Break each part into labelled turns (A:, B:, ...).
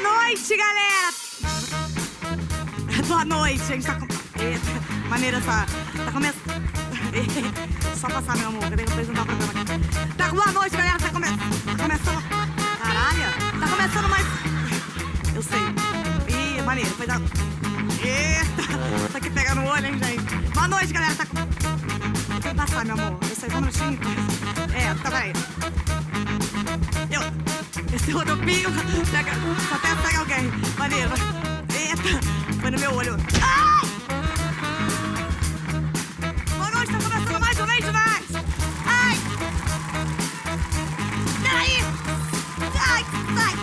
A: noite, galera! Boa noite, a gente tá com. Eita, maneira essa. Tá começando. Só passar, meu amor, eu um tenho que apresentar o programa aqui. Tá com boa noite, galera, tá, come... tá começando. Caralho, tá começando mais. Eu sei. Ih, maneiro, foi dar. Eita, isso aqui pega no olho, hein, gente? Boa noite, galera, tá com. Eu tenho que passar, meu amor, eu sei, só um minutinho. É, tá, peraí. Eu. Esse rodopio. Pega, só até pega alguém. Maneiro. Eita, foi no meu olho. Ai! Boa noite, tá começando mais um mês demais! Ai! Peraí! Ai, ai!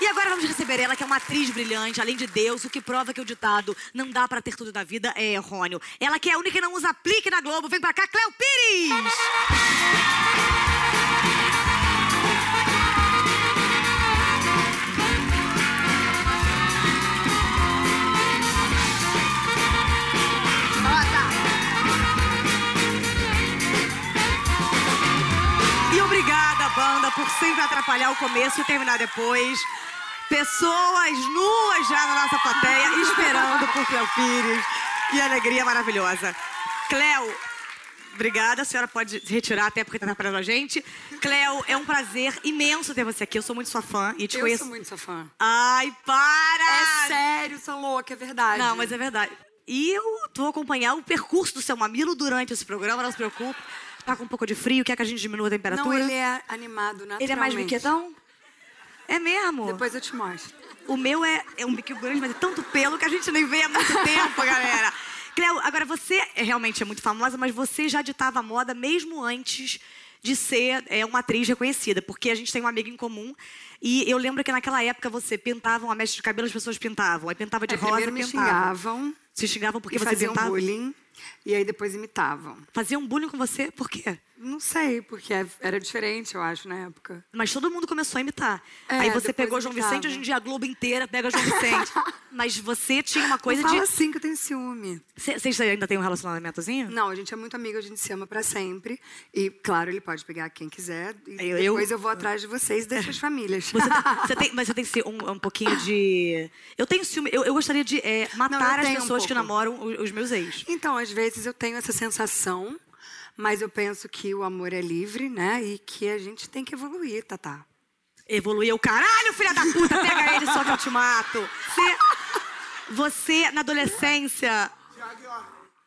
A: E agora vamos receber ela, que é uma atriz brilhante, além de Deus, o que prova que o ditado não dá pra ter tudo na vida é errôneo. Ela que é a única que não usa aplique na Globo. Vem pra cá, Cleo Pires! E obrigada, banda, por sempre atrapalhar o começo e terminar depois. Pessoas nuas já na nossa plateia, esperando por Cléo Pires. Que alegria maravilhosa. Cléo, obrigada. A senhora pode se retirar até porque está atrapalhando a gente. Cléo, é um prazer imenso ter você aqui. Eu sou muito sua fã e te
B: Eu
A: conheço.
B: sou muito sua fã.
A: Ai, para!
B: É sério, sou louca, é verdade.
A: Ah, Não, mas é verdade. E eu vou acompanhar o percurso do seu mamilo durante esse programa, não se preocupe. Tá com um pouco de frio, quer que a gente diminua a temperatura?
B: Não, ele é animado, naturalmente.
A: Ele é mais biquetão? É mesmo?
B: Depois eu te mostro.
A: O meu é, é um biquíni grande, mas é tanto pelo que a gente nem vê há muito tempo, galera. Cleo, agora você é- realmente é muito famosa, mas você já ditava moda mesmo antes de ser é, uma atriz reconhecida, porque a gente tem uma amiga em comum e eu lembro que naquela época você pintava uma mecha de cabelo, as pessoas pintavam, aí pintava de
B: É,
A: rosa,
B: primeiro me
A: pintava.
B: xingavam
A: Se xingavam porque
B: e
A: você
B: faziam
A: pintava?
B: bullying. E aí depois imitavam.
A: Faziam bullying com você? Por quê?
B: Não sei, porque é- era diferente, eu acho, na época.
A: Mas todo mundo começou a imitar.
B: É,
A: Aí você
B: depois né?
A: pegou João
B: imitava.
A: Vicente, hoje em dia a Globo inteira pega João Vicente. Mas você tinha uma coisa
B: não
A: de.
B: fala assim que eu tenho ciúme.
A: Cê- Vocês ainda têm um relacionamentozinho?
B: Não, a gente é muito amigo, a gente se ama pra sempre. E, claro, ele pode pegar quem quiser. E
A: Eu- eu-
B: depois eu vou atrás de vocês e das suas famílias.
A: Você tá- tem- você tem- mas você tem ci- um, um pouquinho de. Eu tenho ciúme. Eu, eu gostaria de é, matar as
B: tenho um
A: pessoas que
B: pouco.
A: namoram o- os, meus ex.
B: Então, às vezes eu tenho essa sensação, mas eu penso que o amor é livre, né? E que a gente tem que evoluir, Tatá.
A: Evoluir eu, caralho, filha da puta, pega ele só que eu te mato. Você, você na adolescência.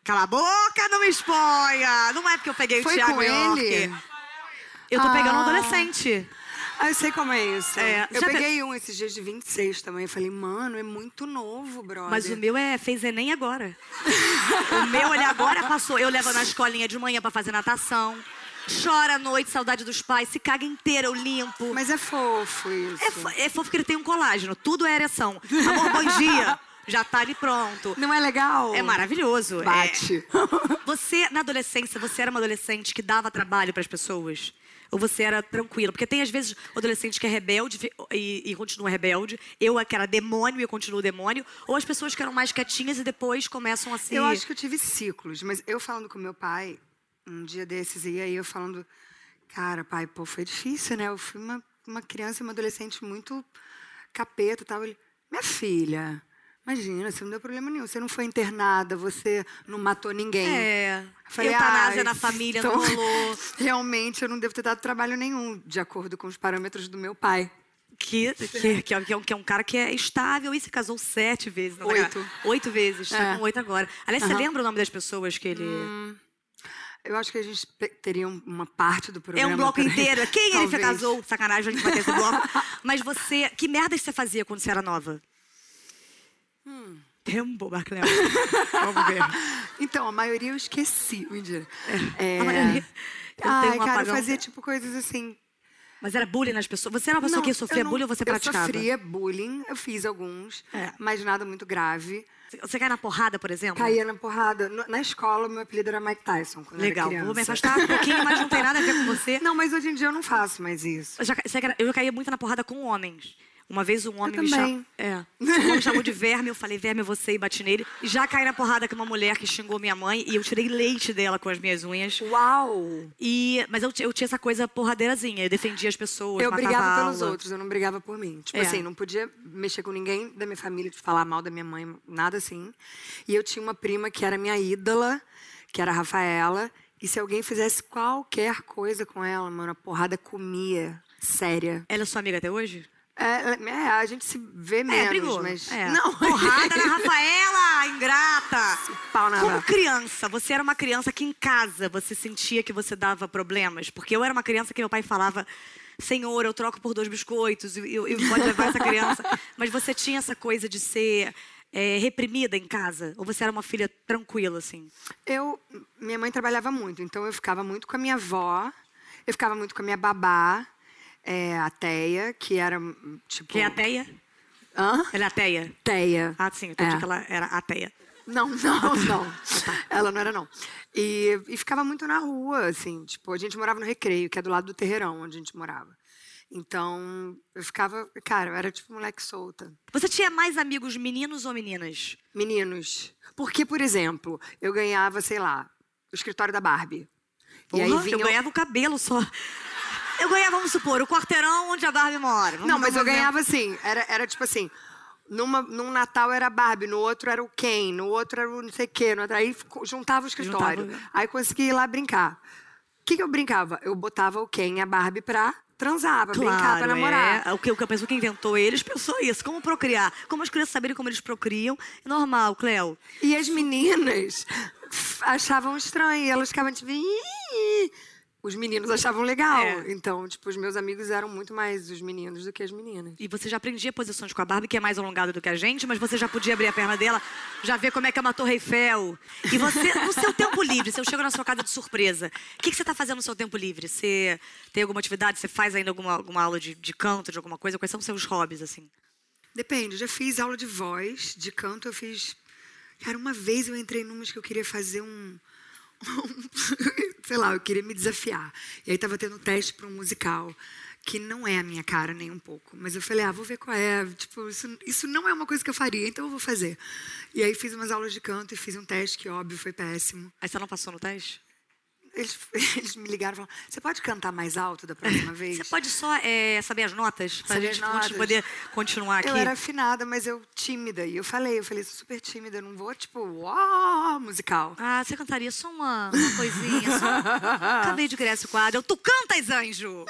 A: Cala a boca, não me exponha! Não é porque eu peguei o
B: Foi
A: Thiago
B: com
A: York.
B: ele?
A: Eu tô pegando um
B: Ah.
A: adolescente.
B: Ah, eu sei como é isso.
A: É,
B: eu
A: já pe-
B: peguei um esses dias de 26 também. Eu falei, mano, é muito novo, brother.
A: Mas o meu é fez Enem agora. o meu ele agora passou. Eu levo na escolinha de manhã pra fazer natação. Chora à noite, saudade dos pais, se caga inteira, eu limpo.
B: Mas é fofo isso.
A: É, fo- é fofo que ele tem um colágeno, tudo é ereção. Amor, bom dia. Já tá ali pronto.
B: Não é legal?
A: É maravilhoso. é.
B: Bate.
A: Você, na adolescência, você era uma adolescente que dava trabalho pras pessoas? Ou você era tranquila? Porque tem, às vezes, o adolescente que é rebelde fi- e, e continua rebelde. Eu, a que era demônio e eu continuo demônio. Ou as pessoas que eram mais quietinhas e depois começam a se...
B: Eu acho que eu tive ciclos, mas eu falando com meu pai um dia desses, e aí eu falando, cara, pai, pô, foi difícil, né? Eu fui uma, uma criança e uma adolescente muito capeta e tal. Ele, minha filha, imagina, você não deu problema nenhum, você não foi internada, você não matou ninguém.
A: É.
B: Eu Falei,
A: Eutanásia
B: "Ai,
A: na família,
B: então,
A: não rolou.
B: Realmente, eu não devo ter dado trabalho nenhum, de acordo com os parâmetros do meu pai.
A: Que, que, que, é, que é um, que é um cara que é estável e se casou sete vezes. não é?
B: Oito.
A: Oito vezes. Tá
B: É.
A: com oito agora. Aliás, você
B: Aham. Hum.
A: lembra o nome das pessoas que ele...
B: Eu acho que a gente pe- teria um- uma parte do
A: É
B: programa.
A: um bloco
B: pra-
A: inteiro. Quem ele se
B: Talvez.
A: casou? Sacanagem, a gente vai ter esse bloco. Mas você, que merda você fazia quando você era nova? Hum. Tempo, Barclay. Vamos ver.
B: Então, a maioria eu esqueci, mentira. É.
A: A maioria- Eu
B: Ai,
A: tenho um
B: cara, eu
A: apagão.
B: fazia tipo coisas assim.
A: Mas era bullying nas pessoas? Ah, Você era uma pessoa
B: Não,
A: que
B: eu
A: sofria
B: não-
A: bullying ou você praticava?
B: Eu sofria bullying, eu fiz alguns,
A: É.
B: mas nada muito grave.
A: Você cai na porrada, por exemplo?
B: Caía na porrada. No- Na escola, meu apelido era Mike Tyson quando
A: Legal.
B: eu era
A: Vou me
B: criança.
A: afastar um pouquinho, mas não tem nada a ver com você.
B: Não, mas hoje em dia eu não faço mais isso.
A: é Eu já, ca- você era- eu já caía muito na porrada com homens. Uma vez um homem
B: Eu
A: me chamou.
B: também.
A: É. Um homem chamou de verme, eu falei, verme, é você e bati nele. E já caí na porrada com uma mulher que xingou minha mãe e eu tirei leite dela com as minhas unhas.
B: Uau!
A: E, mas eu, ti- eu tinha essa coisa porradeirazinha, eu defendia as pessoas,
B: Eu
A: matava
B: brigava
A: a
B: pelos
A: aula.
B: outros, eu não brigava por mim. Tipo
A: É.
B: assim, não podia mexer com ninguém da minha família, de falar mal da minha mãe, nada assim. E eu tinha uma prima que era minha ídola, que era a Rafaela. E se alguém fizesse qualquer coisa com ela, mano, a porrada comia. Séria.
A: Ela é sua amiga até hoje?
B: É, é, a gente se vê menos,
A: é, brigou.
B: mas.
A: É.
B: Não,
A: Porrada na Rafaela, ingrata!
B: pau na
A: Como criança, você era uma criança que em casa você sentia que você dava problemas? Porque eu era uma criança que meu pai falava, senhor, eu troco por dois biscoitos, e eu, eu pode levar essa criança. Mas você tinha essa coisa de ser é, reprimida em casa? Ou você era uma filha tranquila, assim?
B: Eu, minha mãe trabalhava muito, então eu ficava muito com a minha avó, eu ficava muito com a minha babá, é, a Teia, que era hum, tipo.
A: Que é ateia?
B: Hã?
A: Ela é ateia?
B: Teia.
A: Ah, sim, eu entendi
B: É.
A: que ela era ateia.
B: Não, não, não. Ela não era, não. E, e ficava muito na rua, assim, tipo, a gente morava no Recreio, que é do lado do terreirão onde a gente morava. Então, eu ficava, cara, eu era tipo moleque solta.
A: Você tinha mais amigos meninos ou meninas?
B: Meninos. Porque, por exemplo, eu ganhava, sei lá, o escritório da Barbie.
A: Porra,
B: e aí vinha
A: eu ganhava o cabelo só. Eu ganhava, vamos supor, o quarteirão onde a Barbie mora. Vamos
B: Não, mas eu
A: vamos ver.
B: ganhava assim, era, era tipo assim, numa, num Natal era a Barbie, no outro era o Ken, no outro era o não sei o quê, no outro, aí fico- juntava o escritório.
A: Juntava. né?
B: Aí consegui ir lá brincar. O que, que eu brincava? Eu botava o Ken e a Barbie pra transar, pra brincar, pra
A: Claro,
B: namorar.
A: É. O que, o que a pessoa que inventou eles pensou isso. Como procriar? Como as crianças saberem como eles procriam? É normal, Cleo.
B: E as meninas f- achavam estranho, e elas ficavam tipo... "Ih". Os meninos achavam legal.
A: É.
B: Então, tipo, os meus amigos eram muito mais os meninos do que as meninas.
A: E você já aprendia posições com a Barbie, que é mais alongada do que a gente, mas você já podia abrir a perna dela, já ver como é que é uma Torre Eiffel. E você, no seu tempo livre, se eu chego na sua casa de surpresa, o que, que você está fazendo no seu tempo livre? Você tem alguma atividade? Você faz ainda alguma, alguma aula de, de canto, de alguma coisa? Quais são os seus hobbies, assim?
B: Depende, eu já fiz aula de voz, de canto eu fiz. Cara, uma vez eu entrei numas que eu queria fazer um. um- sei lá, eu queria me desafiar. E aí tava tendo um teste para um musical, que não é a minha cara nem um pouco. Mas eu falei, ah, vou ver qual é. Tipo, isso, isso não é uma coisa que eu faria, então eu vou fazer. E aí fiz umas aulas de canto e fiz um teste que, óbvio, foi péssimo.
A: Aí você não passou no teste?
B: Eles, eles me ligaram e falaram: você pode cantar mais alto da próxima vez?
A: Você pode só é, saber as notas? Pra
B: Saber
A: gente
B: as notas.
A: poder continuar aqui?
B: Eu era afinada, mas eu tímida. E eu falei, eu falei, sou super tímida, eu não vou, tipo, uau, musical.
A: Ah, você cantaria só uma, uma coisinha, só... Acabei de criar esse quadro. Eu, tu cantas, anjo!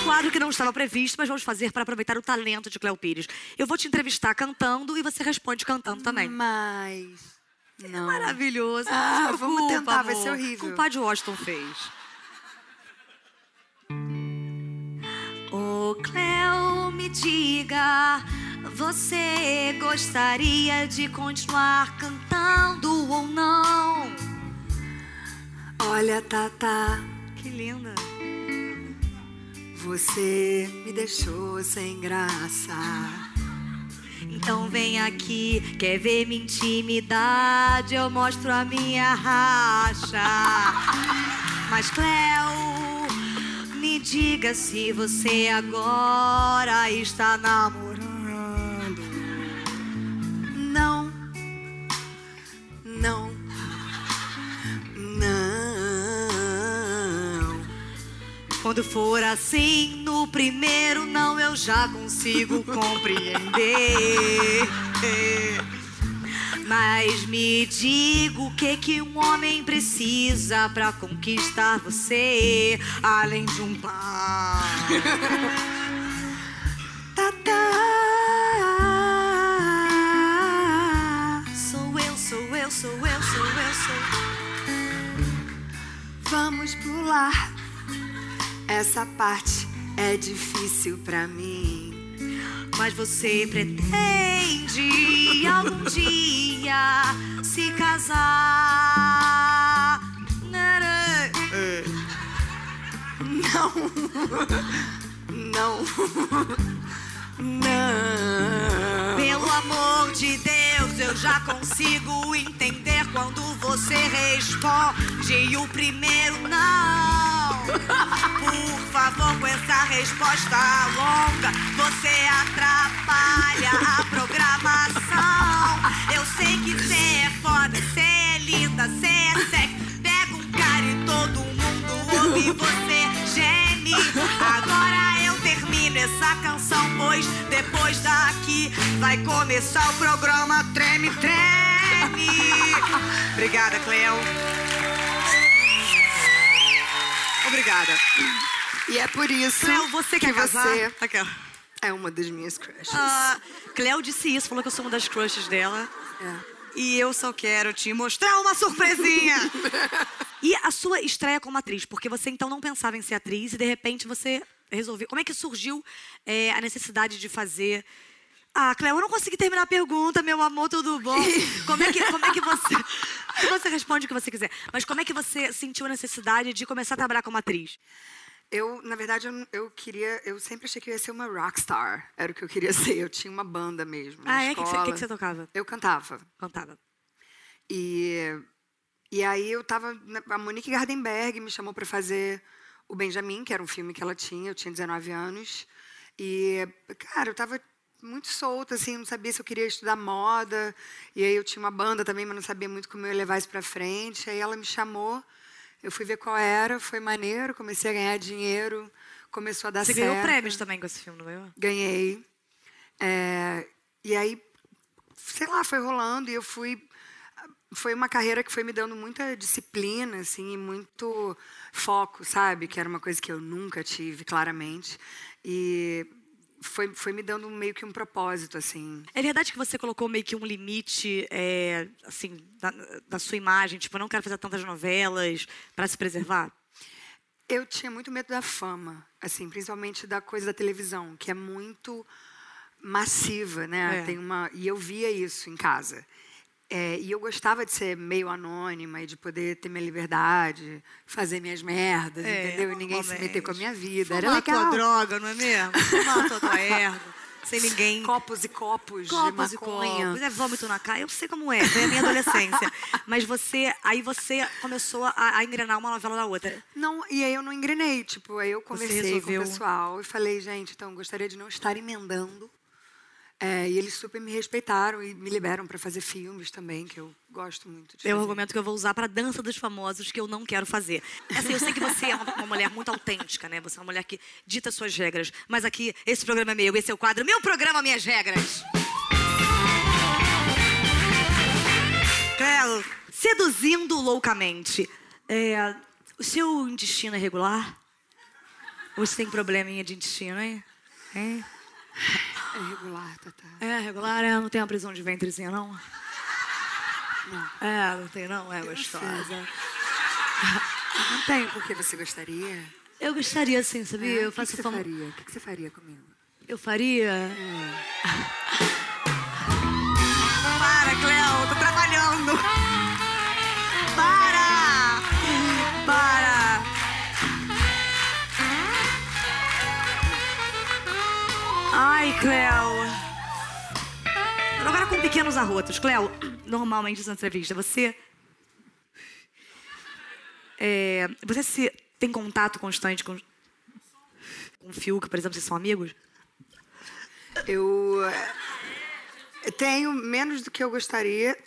A: Um quadro que não estava previsto, mas vamos fazer para aproveitar o talento de Cléo Pires. Eu vou te entrevistar cantando e você responde cantando também.
B: Mas. Não.
A: Maravilhoso.
B: Ah,
A: Não se
B: vamos
A: preocupa,
B: tentar, vai ser
A: amor.
B: horrível.
A: Como o Padre Washington fez. Ô Cleo, me diga, você gostaria de continuar cantando ou não?
B: Olha, Tata,
A: Que linda.
B: você me deixou sem graça.
A: Então vem aqui, quer ver minha intimidade? Eu mostro a minha racha. Mas Cleo, me diga se você agora está namorando.
B: Não. Não. Não.
A: Quando for assim, no primeiro não eu já consigo compreender. Mas me diga o que que um homem precisa pra conquistar você, além de um pai.
B: Tata,
A: Sou eu, sou eu, sou eu, sou eu, sou
B: Vamos pular. Essa parte é difícil pra mim.
A: eu. Mas você pretende algum dia se casar? Narã.
B: Não. Não.
A: Pelo amor de Deus, eu já consigo entender quando você responde o primeiro não. Por favor, com essa resposta longa, você atrapalha a programação. Eu sei que cê é foda, cê é linda, cê é sexy. Pega um cara e todo mundo ouve você, gene. Agora eu termino essa canção, pois depois daqui vai começar o programa Treme Treme. Obrigada, Cleão. Obrigada.
B: E é por isso
A: Cleo, você
B: que
A: quer casar?
B: você
A: Aquela.
B: é uma das minhas crushes.
A: Ah, Cleo disse isso, falou que eu sou uma das crushes dela.
B: É.
A: E eu só quero te mostrar uma surpresinha. e a sua estreia como atriz, porque você então não pensava em ser atriz e de repente você resolveu. Como é que surgiu eh, a necessidade de fazer? Ah, Cleo, eu não consegui terminar a pergunta, meu amor, tudo bom? Como é que, como é que você. Você responde o que você quiser. Mas como é que você sentiu a necessidade de começar a trabalhar como atriz?
B: Eu, na verdade, eu, não- eu queria. Eu sempre achei que eu ia ser uma rockstar. Era o que eu queria ser. Eu tinha uma banda mesmo. na
A: ah, é? O que que você- o que
B: escola.
A: que você tocava?
B: Eu cantava.
A: Cantava.
B: E, e aí eu tava. na- A Monique Gardenberg me chamou para fazer O Benjamin, que era um filme que ela tinha, eu tinha 19 anos. E, cara, eu tava muito solta, assim, não sabia se eu queria estudar moda. E aí eu tinha uma banda também, mas não sabia muito como eu ia levar isso para frente. Aí ela me chamou, eu fui ver qual era, foi maneiro, comecei a ganhar dinheiro, começou a dar
A: Você
B: certo.
A: ganhou prêmios também com esse filme, não ganhou?
B: Ganhei. É, e aí, sei lá, foi rolando e eu fui. Foi uma carreira que foi me dando muita disciplina, assim, e muito foco, sabe? Que era uma coisa que eu nunca tive, claramente. E foi, foi me dando meio que um propósito, assim.
A: É verdade que você colocou meio que um limite, é, assim, da, da sua imagem, tipo, eu não quero fazer tantas novelas pra se preservar?
B: Eu tinha muito medo da fama, assim, principalmente da coisa da televisão, que é muito massiva, né?
A: É.
B: Tem uma e eu via isso em casa. É, e eu gostava de ser meio anônima e de poder ter minha liberdade, fazer minhas merdas,
A: É,
B: entendeu? E ninguém se meter com a
A: normalmente.
B: minha vida. Era
A: Fumar a tua
B: legal.
A: droga, não é mesmo? Fumar a tua, tua erva, sem ninguém.
B: Copos e copos,
A: Copos
B: de
A: e
B: maconha.
A: copos, é vômito na cara, eu sei como é, foi a minha adolescência. Mas você, aí você começou a, a engrenar uma novela da outra.
B: Não, e aí eu não engrenei, tipo, aí eu conversei
A: resolveu-
B: com o pessoal e falei, gente, então gostaria de não estar emendando. É, e eles super me respeitaram e me liberam para fazer filmes também, que eu gosto muito
A: É o
B: de fazer.
A: argumento que eu vou usar pra dança dos famosos que eu não quero fazer. Assim, eu sei que você é uma, uma mulher muito autêntica, né? Você é uma mulher que dita suas regras. Mas aqui, esse programa é meu, esse é o quadro Meu Programa, Minhas Regras. Cleo, seduzindo loucamente. É, o seu intestino é regular? Ou você tem probleminha de intestino, hein? Hein?
B: É regular, Tatá.
A: É regular, é? Não tem uma prisão de ventrezinha, não? É, não tem não, é gostosa.
B: Não tem porque você gostaria? né?
A: Eu gostaria sim, sabia? eu
B: Ah, o que, é que
A: faço
B: você
A: fama.
B: faria? O que, que você faria comigo?
A: Eu faria.
C: Para, Cleo, tô trabalhando. Para! Para!
A: Ai, Cleo. Agora com pequenos arrotos. Cleo, normalmente nessa entrevista, você. É, você se tem contato constante com. Com o Fiuk, por exemplo, vocês são amigos?
B: Eu eh, tenho menos do que eu gostaria,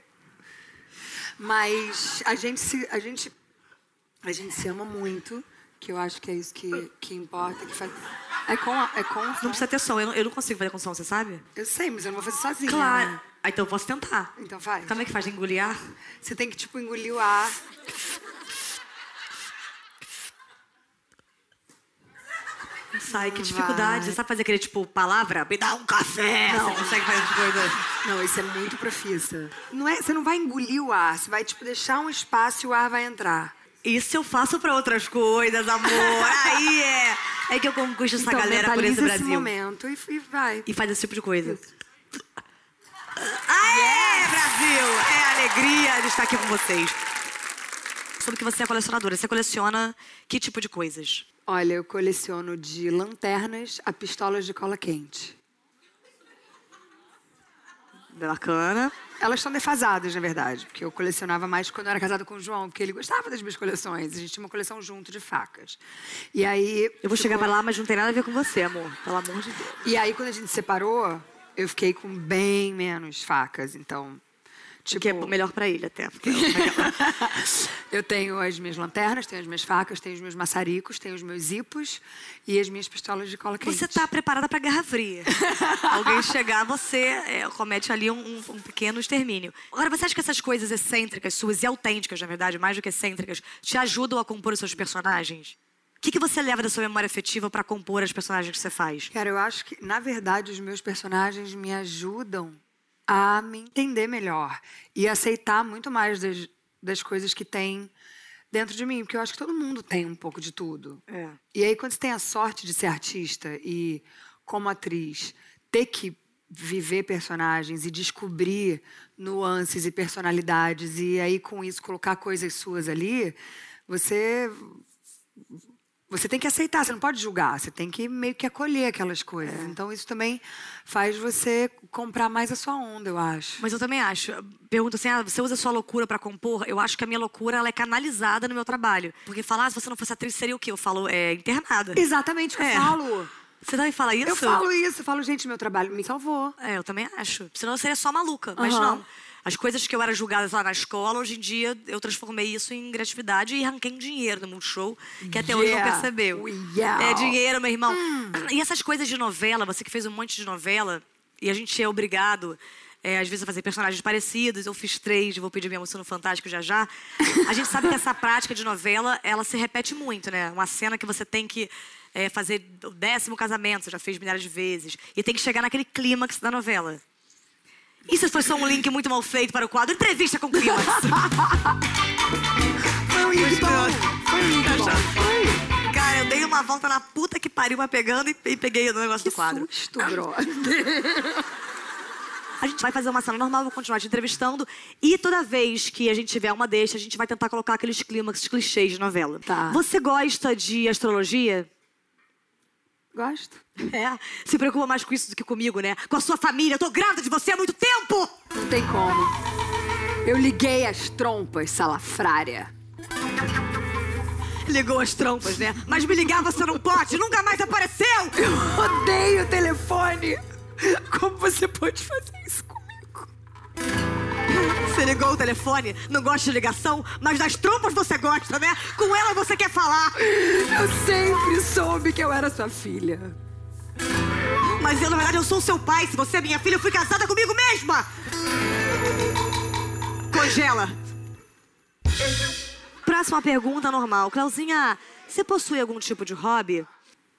B: mas a gente se, a gente, a gente se ama muito, que eu acho que é isso que, que importa, que faz. É com, a- é com. o som.
A: Não precisa ter som, eu não, eu não consigo fazer com som, você sabe?
B: Eu sei, mas eu não vou fazer sozinha.
A: Claro.
B: né?
A: Ah, então eu posso tentar.
B: Então faz.
A: Como é que faz? Engolir ar?
B: Você tem que tipo engolir o ar.
A: Sai, que dificuldade. Você sabe fazer aquele tipo palavra? Me dá um café! Você consegue fazer tipo as coisas.
B: Não, isso é muito profissa. Não é, você não vai engolir o ar, você vai tipo deixar um espaço e o ar vai entrar.
A: Isso eu faço pra outras coisas, amor. Aí é. É que eu conquisto essa
B: então,
A: galera por esse
B: mentaliza esse
A: Brasil.
B: momento e, e vai.
A: e faz esse tipo de coisa. Aê, Brasil! É alegria de estar aqui com vocês. Sobre que você é colecionadora. Você coleciona que tipo de coisas?
B: Olha, eu coleciono de lanternas a pistolas de cola quente.
A: Bacana.
B: Elas estão defasadas, na verdade, porque eu colecionava mais quando eu era casada com o João, que ele gostava das minhas coleções. A gente tinha uma coleção junto de facas. E aí.
A: Eu vou chegar pra lá, mas não tem nada a ver com você, amor. Pelo amor de Deus.
B: E aí, quando a gente separou, eu fiquei com bem menos facas. Então, tipo,
A: Que é melhor pra ele até. porque- é
B: eu tenho as minhas lanternas, tenho as minhas facas, tenho os meus maçaricos, tenho os meus ipos e as minhas pistolas de cola quente.
A: Você tá preparada pra guerra fria. Alguém chegar, você é, comete ali um, um- um pequeno extermínio. Agora, você acha que essas coisas excêntricas suas e autênticas, na verdade, mais do que excêntricas, te ajudam a compor os seus personagens? O que, que você leva da sua memória afetiva pra compor as personagens que você faz?
B: Cara, eu acho que, na verdade, os meus personagens me ajudam a me entender melhor e aceitar muito mais das, das coisas que tem dentro de mim, porque eu acho que todo mundo tem um pouco de tudo.
A: É.
B: E aí, quando você tem a sorte de ser artista e, como atriz, ter que viver personagens e descobrir nuances e personalidades, e aí, com isso, colocar coisas suas ali, você você tem que aceitar, você não pode julgar, você tem que meio que acolher aquelas
A: É.
B: coisas. Então isso também faz você comprar mais a sua onda, eu acho.
A: Mas eu também acho. Pergunto assim, ah, você usa sua loucura pra compor? Eu acho que a minha loucura ela é canalizada no meu trabalho. Porque falar, ah, se você não fosse atriz, seria o quê? Eu falo, é internada.
B: Exatamente o que
A: É.
B: eu falo.
A: Você também fala isso?
B: Eu falo isso, eu falo, gente, meu trabalho me salvou.
A: É, eu também acho. Senão eu seria só maluca, mas
B: Aham.
A: não. As coisas que eu era julgada lá na escola, hoje em dia eu transformei isso em gratividade e arranquei um dinheiro no Multishow, que até hoje não
B: Yeah.
A: percebeu.
B: Yeah.
A: É dinheiro, meu irmão. E essas coisas de novela, você que fez um monte de novela, e a gente é obrigado. é, às vezes a fazer personagens parecidos, eu fiz três, vou pedir minha moça no Fantástico já já. A gente sabe que essa prática de novela, ela se repete muito, né? Uma cena que você tem que é, fazer o décimo casamento, você já fez milhares de vezes. E tem que chegar naquele clímax da novela. Isso foi só um link muito mal feito para o quadro Entrevista com Clímax.
B: Foi um link bom. Foi
A: tá
B: um link bom. Foi.
A: Cara, eu dei uma volta na puta que pariu, mas pegando e, e peguei o negócio do quadro.
B: Susto, brother.
A: A gente vai fazer uma cena normal, vou continuar te entrevistando. E toda vez que a gente tiver uma deixa, a gente vai tentar colocar aqueles clímax clichês de novela.
B: Tá.
A: Você gosta de astrologia?
B: Gosto.
A: É. Se preocupa mais com isso do que comigo, né? Com a sua família. Eu tô grávida de você há muito tempo!
B: Não tem como. Eu liguei as trompas, salafrária.
A: Ligou as trompas, né? Mas me ligar você não pode, nunca mais apareceu!
B: Eu odeio o telefone. Como você pode fazer isso comigo?
A: Você ligou o telefone, não gosta de ligação, mas das trompas você gosta, né? Com ela você quer falar.
B: Eu sempre soube que eu era sua filha.
A: Mas eu, na verdade, eu sou seu pai. Se você é minha filha, eu fui casada comigo mesma! Congela! Próxima pergunta normal. Clauzinha, você possui algum tipo de hobby?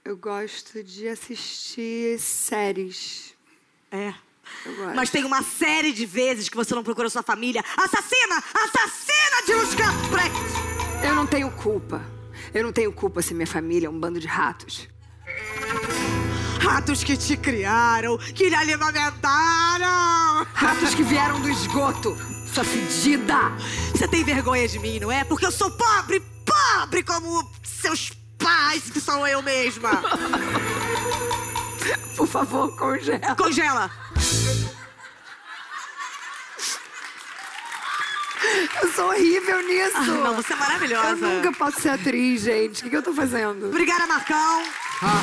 B: Eu gosto de assistir séries.
A: É.
B: Eu gosto.
A: Mas tem uma série de vezes que você não procurou sua família. Assassina! Assassina de Luz Campos!
B: Eu não tenho culpa. Eu não tenho culpa se minha família é um bando de ratos.
A: Ratos que te criaram, que lhe alimentaram!
B: Ratos que vieram do esgoto. Sua fedida.
A: Você tem vergonha de mim, não é? Porque eu sou pobre, pobre como seus pais, que sou eu mesma!
B: Por favor, congela.
A: Congela!
B: Eu sou horrível nisso.
A: Ah, não, você é maravilhosa.
B: Eu nunca posso ser atriz, gente. O que, que eu tô fazendo?
A: Obrigada, Marcão. Ah.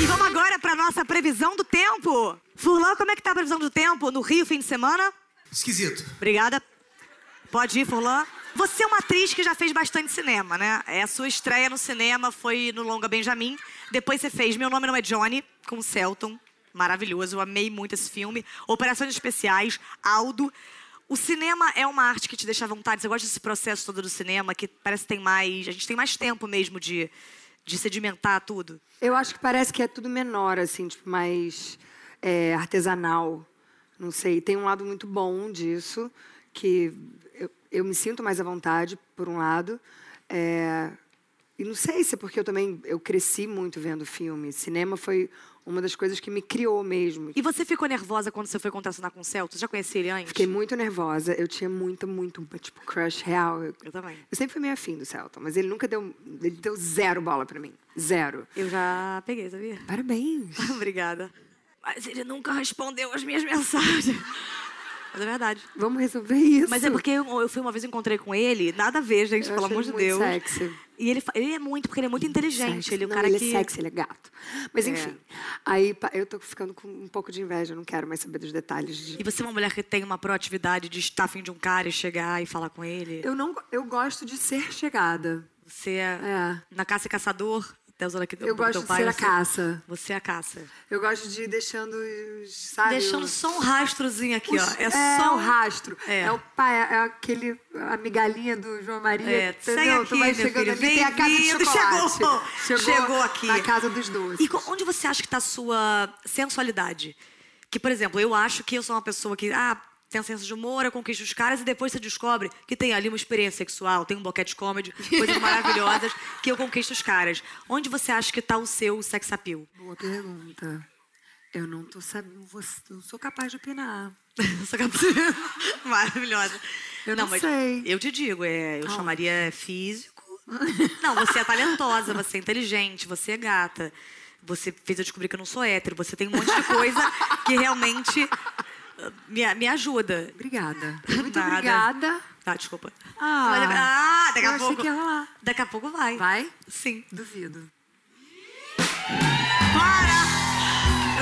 A: E vamos agora para nossa previsão do tempo. Furlan, como é que tá a previsão do tempo no Rio, fim de semana?
D: Esquisito.
A: Obrigada. Pode ir, Furlan. Você é uma atriz que já fez bastante cinema, né? É, a sua estreia no cinema foi no Longa Benjamin. Depois você fez Meu Nome Não É Johnny, com o Celton. Maravilhoso, eu amei muito esse filme. Operações Especiais, Aldo. O cinema é uma arte que te deixa à vontade. Você gosta desse processo todo do cinema, que parece que tem mais... A gente tem mais tempo mesmo de, de sedimentar tudo.
B: Eu acho que parece que é tudo menor, assim, tipo, mais é, artesanal. Não sei. Tem um lado muito bom disso, que eu, eu me sinto mais à vontade, por um lado. É, e não sei se é porque eu também eu cresci muito vendo filme. Cinema foi uma das coisas que me criou mesmo.
A: E você ficou nervosa quando você foi contracenar com o Celton? Você já conhecia ele antes?
B: Fiquei muito nervosa. Eu tinha muito, muito, tipo, crush real. Eu,
A: Eu também.
B: eu sempre fui meio afim do Celton, mas ele nunca deu... Ele deu zero bola pra mim. Zero.
A: Eu já peguei, sabia?
B: Parabéns.
A: Obrigada. Mas ele nunca respondeu as minhas mensagens. Mas é verdade.
B: Vamos resolver isso.
A: Mas é porque eu, eu fui uma vez encontrei com ele, nada a ver, gente,
B: Eu
A: pelo
B: acho
A: amor de
B: muito
A: Deus.
B: sexy.
A: E ele, fa- ele é muito, porque ele é muito inteligente.
B: Sexy.
A: Ele é o
B: Não,
A: cara
B: ele
A: que.
B: é sexy, ele é gato. Mas enfim, aí pa- eu tô ficando com um pouco de inveja, eu não quero mais saber dos detalhes. de-
A: E você é uma mulher que tem uma proatividade de estar afim de um cara e chegar e falar com ele.
B: Eu não, eu gosto de ser chegada.
A: Você é,
B: É.
A: na caça e caçador, até usando aqui do
B: Eu
A: do
B: gosto
A: teu
B: de
A: pai,
B: ser a
A: você-
B: caça.
A: Você é a caça.
B: Eu gosto de ir deixando, os- sabe?
A: Deixando
B: os-
A: só um rastrozinho aqui, ó.
B: os-
A: É, só
B: o rastro.
A: É.
B: É, o pai, é aquele a migalhinha do João Maria.
A: É, segue
B: entendeu?
A: aqui,
B: tu vai
A: meu
B: chegando
A: filho,
B: ali, tem a casa de
A: bem-vindo,
B: chocolate.
A: chegou, chegou aqui.
B: Na casa dos doces.
A: E co- onde você acha que está a sua sensualidade? Que, por exemplo, eu acho que eu sou uma pessoa que, ah, tem um senso de humor, eu conquisto os caras e depois você descobre que tem ali uma experiência sexual, tem um boquete comedy, coisas maravilhosas, que eu conquisto os caras. Onde você acha que está o seu sex appeal?
B: Boa pergunta. Eu não tô sabendo, você- não sou capaz de opinar.
A: Essa capa- Maravilhosa.
B: Eu não sei. Ah.
A: Eu te digo, é, eu chamaria físico. Não, você é talentosa, você é inteligente, você é gata. Você fez eu descobrir que eu não sou hétero. Você tem um monte de coisa que realmente eh, me, me ajuda.
B: Obrigada. Muito
A: Nada.
B: obrigada.
A: Tá, desculpa.
B: Ah,
A: Mas- ah, daqui
B: eu
A: a
B: achei
A: pouco.
B: que ia rolar.
A: Daqui a pouco vai.
B: Vai?
A: Sim.
B: Duvido.
C: Para!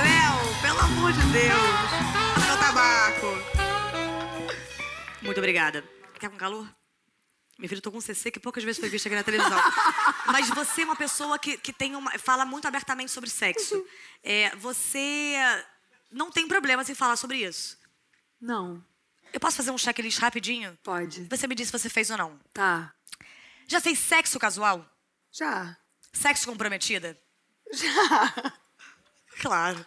C: Léo, pelo amor de Deus! Meu tabaco!
A: Muito obrigada. Tá com calor? Meu filho, eu tô com CC que poucas vezes foi vista aqui na televisão. Mas você é uma pessoa que, que tem uma, fala muito abertamente sobre sexo. É, você não tem problemas em falar sobre isso.
B: Não.
A: Eu posso fazer um checklist rapidinho?
B: Pode.
A: Você me diz se você fez ou não.
B: Tá.
A: Já fez sexo casual?
B: Já.
A: Sexo comprometida?
B: Já.
A: Claro.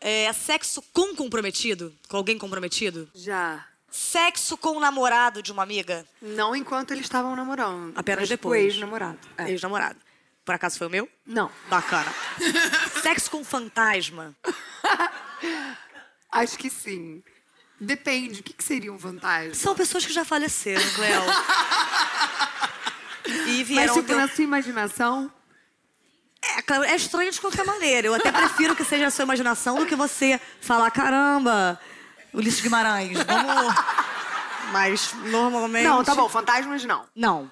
A: É, sexo com comprometido? Com alguém comprometido?
B: Já.
A: Sexo com o namorado de uma amiga?
B: Não enquanto eles estavam namorando.
A: Apenas
B: mas
A: depois.
B: Com o ex-namorado. É.
A: Ex-namorado. Por acaso foi o meu?
B: Não.
A: Bacana. Sexo com fantasma.
B: Acho que sim. Depende. O que, que seria um vantagem?
A: São pessoas que já faleceram, Cleo. E
B: Mas,
A: vieram ao
B: tipo,
A: teu...
B: na sua imaginação,
A: É, claro, é estranho de qualquer maneira. Eu até prefiro que seja a sua imaginação do que você falar, caramba, Ulisses Guimarães, vamos... Mas, normalmente...
B: Não, tá bom, fantasmas não.
A: Não.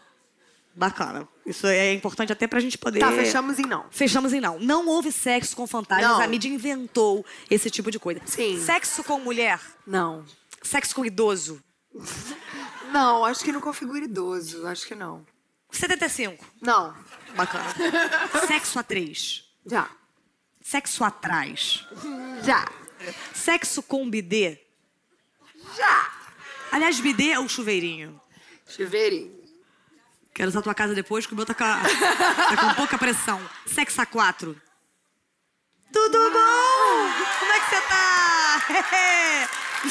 A: Bacana. Isso é importante até pra gente poder...
B: Tá, fechamos em não.
A: Fechamos em não. Não houve sexo com fantasmas.
B: Não.
A: A mídia inventou esse tipo de coisa.
B: Sim.
A: Sexo com mulher.
B: Não.
A: Sexo com idoso.
B: Não, acho que não configura idoso, acho que não.
A: 75.
B: Não,
A: Bacana. Sexo a três.
B: já.
A: Sexo atrás.
B: Já.
A: Sexo com bidê.
B: Já.
A: Aliás, bidê é o chuveirinho.
B: Chuveirinho.
A: Quero usar tua casa depois, que o meu tá com, a- tá com pouca pressão. Sexo a quatro. Tudo bom? Como é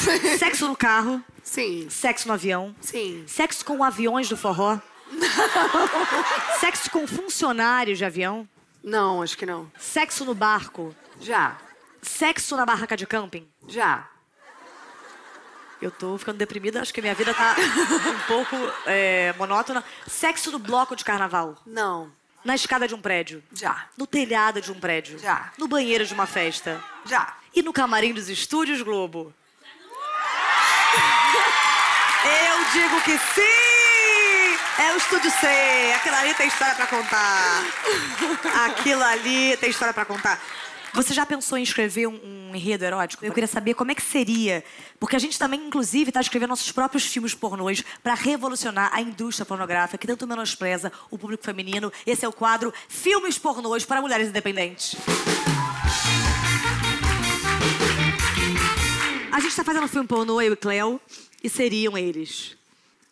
A: que você tá? sexo no carro.
B: Sim.
A: Sexo no avião.
B: Sim.
A: Sexo com aviões do forró. Sexo com funcionários de avião.
B: Não, acho que não.
A: Sexo no barco.
B: Já.
A: Sexo na barraca de camping.
B: Já.
A: Eu tô ficando deprimida, acho que minha vida tá um pouco é, monótona. Sexo no bloco de carnaval.
B: Não.
A: Na escada de um prédio.
B: Já.
A: No telhado de um prédio.
B: Já.
A: No banheiro de uma festa.
B: Já.
A: E no camarim dos estúdios Globo. Eu digo que sim! É o Estúdio C. Aquilo ali tem história pra contar. Aquilo ali tem história pra contar. Você já pensou em escrever um, um enredo erótico? Eu queria saber como é que seria. Porque a gente também, inclusive, está escrevendo nossos próprios filmes pornôs pra revolucionar a indústria pornográfica que tanto menospreza o público feminino. Esse é o quadro Filmes Pornôs para Mulheres Independentes. A gente tá fazendo um filme pornô, eu e Cleo, e seriam eles.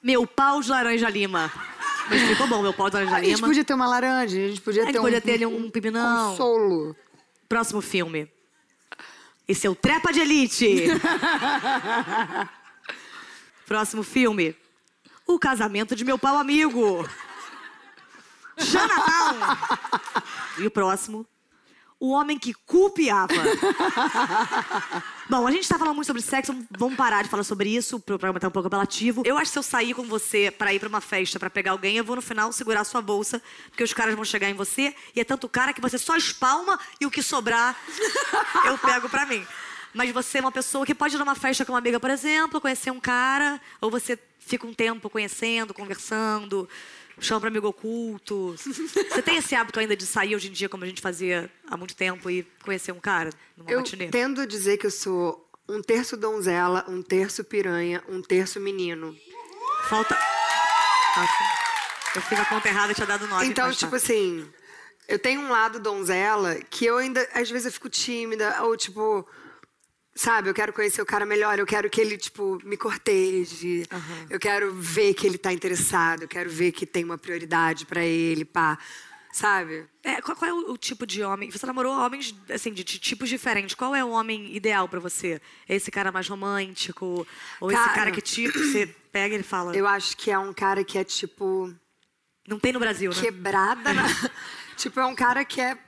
A: Meu pau de laranja lima. Mas ficou bom, meu pau de laranja
B: A gente
A: lima.
B: podia ter uma laranja, a gente podia
A: A gente
B: ter um...
A: podia ter ali um pimentão.
B: Um solo.
A: Próximo filme. Esse é o Trepa de Elite. Próximo filme. O casamento de meu pau amigo. Chinatown. E o próximo. o homem que copiava. Bom, a gente tá falando muito sobre sexo, vamos parar de falar sobre isso, o programa tá um pouco apelativo. Eu acho que se eu sair com você pra ir pra uma festa, pra pegar alguém, eu vou no final segurar sua bolsa, porque os caras vão chegar em você, e é tanto cara que você só espalma e o que sobrar eu pego pra mim. Mas você é uma pessoa que pode ir numa festa com uma amiga, por exemplo, conhecer um cara, ou você fica um tempo conhecendo, conversando, chama pra amigo oculto. Você tem esse hábito ainda de sair hoje em dia, como a gente fazia há muito tempo, e conhecer um cara numa
B: Eu
A: matinê?
B: tendo a dizer que eu sou um terço donzela, um terço piranha, um terço menino.
A: Falta. Nossa, eu fiz a conta errada, eu tinha dado nove.
B: Então,
A: mas tá.
B: tipo assim, eu tenho um lado donzela que eu ainda, às vezes, eu fico tímida, ou tipo, sabe, eu quero conhecer o cara melhor, eu quero que ele, tipo, me corteje, eu quero ver que ele tá interessado, eu quero ver que tem uma prioridade pra ele, pá, sabe?
A: É, qual, qual é o, o tipo de homem? Você namorou homens, assim, de, de tipos diferentes. Qual é o homem ideal pra você? É esse cara mais romântico? Ou esse
B: Cara-
A: cara que tipo, você pega e ele fala.
B: Eu acho que é um cara que é, tipo,
A: Não tem no Brasil, né?
B: quebrada na... tipo, é um cara que é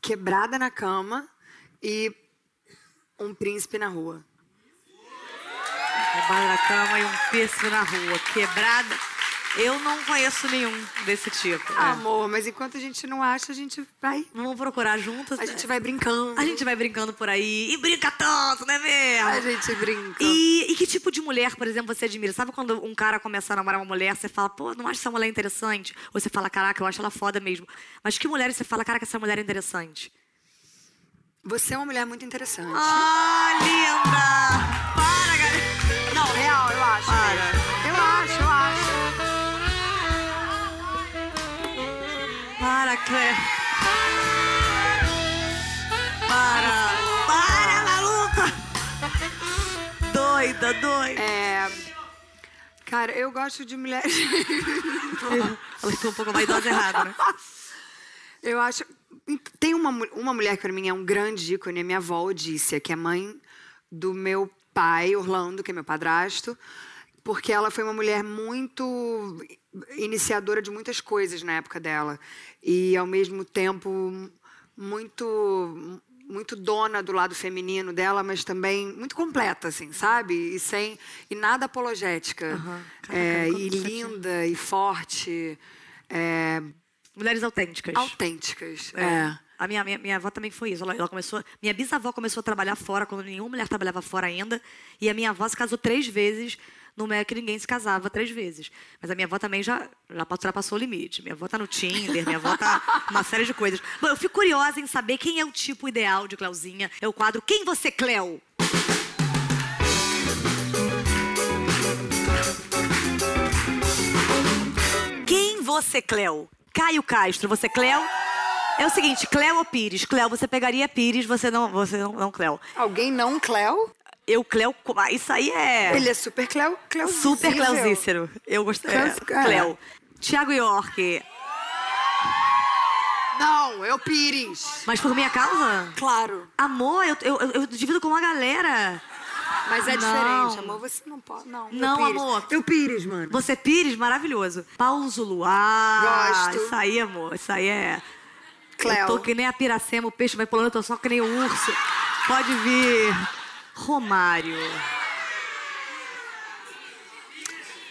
B: quebrada na cama e um príncipe na rua.
A: Trabalho na cama e um piercing na rua, quebrada. Eu não conheço nenhum desse tipo. é.
B: Amor, mas enquanto a gente não acha, a gente vai.
A: Vamos procurar juntas. né?
B: A gente vai brincando.
A: É. A gente vai brincando por aí. E brinca tanto, né, mesmo?
B: A gente brinca.
A: E, e que tipo de mulher, por exemplo, você admira? Sabe quando um cara começa a namorar uma mulher, você fala, pô, não acho essa mulher interessante? Ou você fala, caraca, eu acho ela foda mesmo. Mas que mulher você fala, caraca, essa mulher é interessante?
B: Você é uma mulher muito interessante.
A: Ah, linda! Para, galera! Não,
B: Real, eu acho.
A: Para.
B: Eu acho, eu acho.
A: Para, Clé. Para. Para, maluca. Doida, doida.
B: É. Cara, eu gosto de mulheres.
A: Ela ficou um pouco mais idosa errada, né?
B: Eu acho. Tem uma, mu- uma mulher que pra mim é um grande ícone, é minha avó Odícia, que é mãe do meu pai, Orlando, que é meu padrasto, porque ela foi uma mulher muito iniciadora de muitas coisas na época dela. E, ao mesmo tempo, muito muito dona do lado feminino dela, mas também muito completa, assim, sabe? E sem e nada apologética, É, e linda e forte, é,
A: Mulheres autênticas.
B: autênticas.
A: É. A minha, minha, minha avó também foi isso. Ela, ela começou. Minha bisavó começou a trabalhar fora, quando nenhuma mulher trabalhava fora ainda. E a minha avó se casou três vezes, numa época que ninguém se casava três vezes. Mas a minha avó também já, já pa- ultrapassou o limite. Minha avó tá no Tinder, minha avó tá uma série de coisas. Bom, eu fico curiosa em saber quem é o tipo ideal de Cleuzinha. É o quadro Quem Você Cleo? Quem você, Cleo? Caio Castro, você, Cleo? É o seguinte, Cleo ou Pires? Cleo, você pegaria Pires, você não, você não, não Cleo.
B: Alguém não Cleo?
A: Eu, Cleo, co- ah, isso aí é
B: Ele é super Cleo, Cleo
A: super Cleozícero. Eu gostei. É,
B: Cleo- é.
A: Cleo. Tiago York,
B: Não, é o Pires.
A: mas por minha causa?
B: Claro.
A: Amor, eu, eu, eu- eu divido com uma galera.
B: Mas é
A: Não.
B: diferente, amor. Você não pode. Não, é o
A: Não,
B: Pires.
A: amor.
B: É o Pires, mano.
A: Você, Pires, maravilhoso. Paulo Zulu, ah,
B: Gosto.
A: isso aí, amor, isso aí é...
B: Cleo.
A: Eu tô que nem a piracema, o peixe vai pulando, eu tô só que nem o urso. Pode vir. Romário.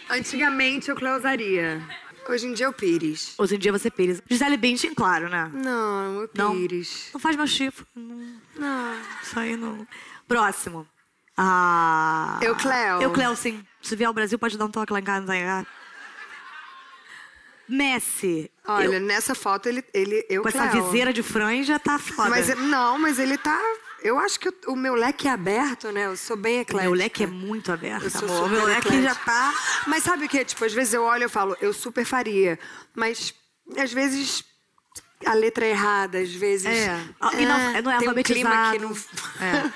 B: Antigamente eu Cleosaria. Hoje em dia é o Pires.
A: Hoje em dia você é Pires. Gisele Bündchen, claro, né?
B: Não, é o
A: Não.
B: Pires.
A: Não faz meu chifre. Não,
B: Não.
A: isso aí não. Próximo. Ah.
B: Eu, Cleo.
A: Eu, Cleo, sim. Se vier ao Brasil, pode dar um toque lá em casa. não tem nada. Messi.
B: Olha,
A: Eu-
B: nessa foto ele. ele eu
A: com essa
B: Cleo.
A: viseira de franja, tá foda.
B: Mas, é ele- não, mas ele tá. Eu acho que o- o meu leque é aberto, né? Eu sou bem
A: O
B: eclética.
A: meu leque é muito aberto,
B: Eu sou
A: amor. O
B: super
A: meu leque já
B: eclética.
A: tá...
B: Mas sabe o que? Tipo, às vezes eu olho e eu falo, eu super faria. Mas às vezes a letra é errada, às vezes.
A: É. Ah, e não- não é
B: tem um clima que não.
A: alfabetizado. É.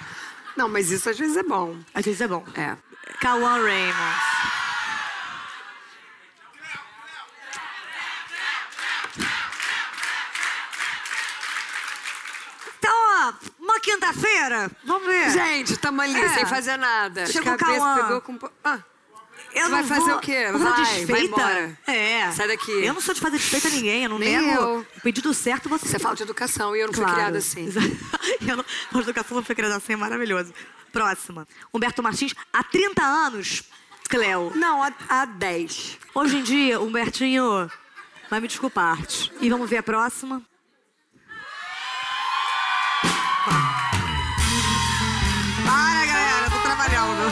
B: não, mas isso às vezes é bom.
A: Às vezes é bom.
B: É.
A: Cauã Raymond. Então, ó, uma
B: É.
A: quinta-feira, vamos ver.
B: Gente, tamo ali,
A: É.
B: sem fazer nada.
A: Chegou
B: Cabeça
A: Cauã.
B: pegou com. po- Ah,
A: Eu
B: Você vai
A: não
B: fazer
A: vou-
B: o quê?
A: Vou fazer
B: Vai, vai
A: desfeita?
B: embora.
A: É.
B: Sai daqui.
A: Eu não sou de fazer desfeita a ninguém, eu não
B: Nem
A: nego.
B: eu.
A: O pedido certo você.
B: Isso é falta de educação e eu não
A: Claro.
B: fui criada assim.
A: Exa- eu não... A educação foi criada assim, é maravilhoso. Próxima. Humberto Martins, há 30 anos, Cleo.
B: Não, há, há 10.
A: Hoje em dia, Humbertinho vai me desculpar. E vamos ver a próxima.
C: Para, galera, eu tô trabalhando.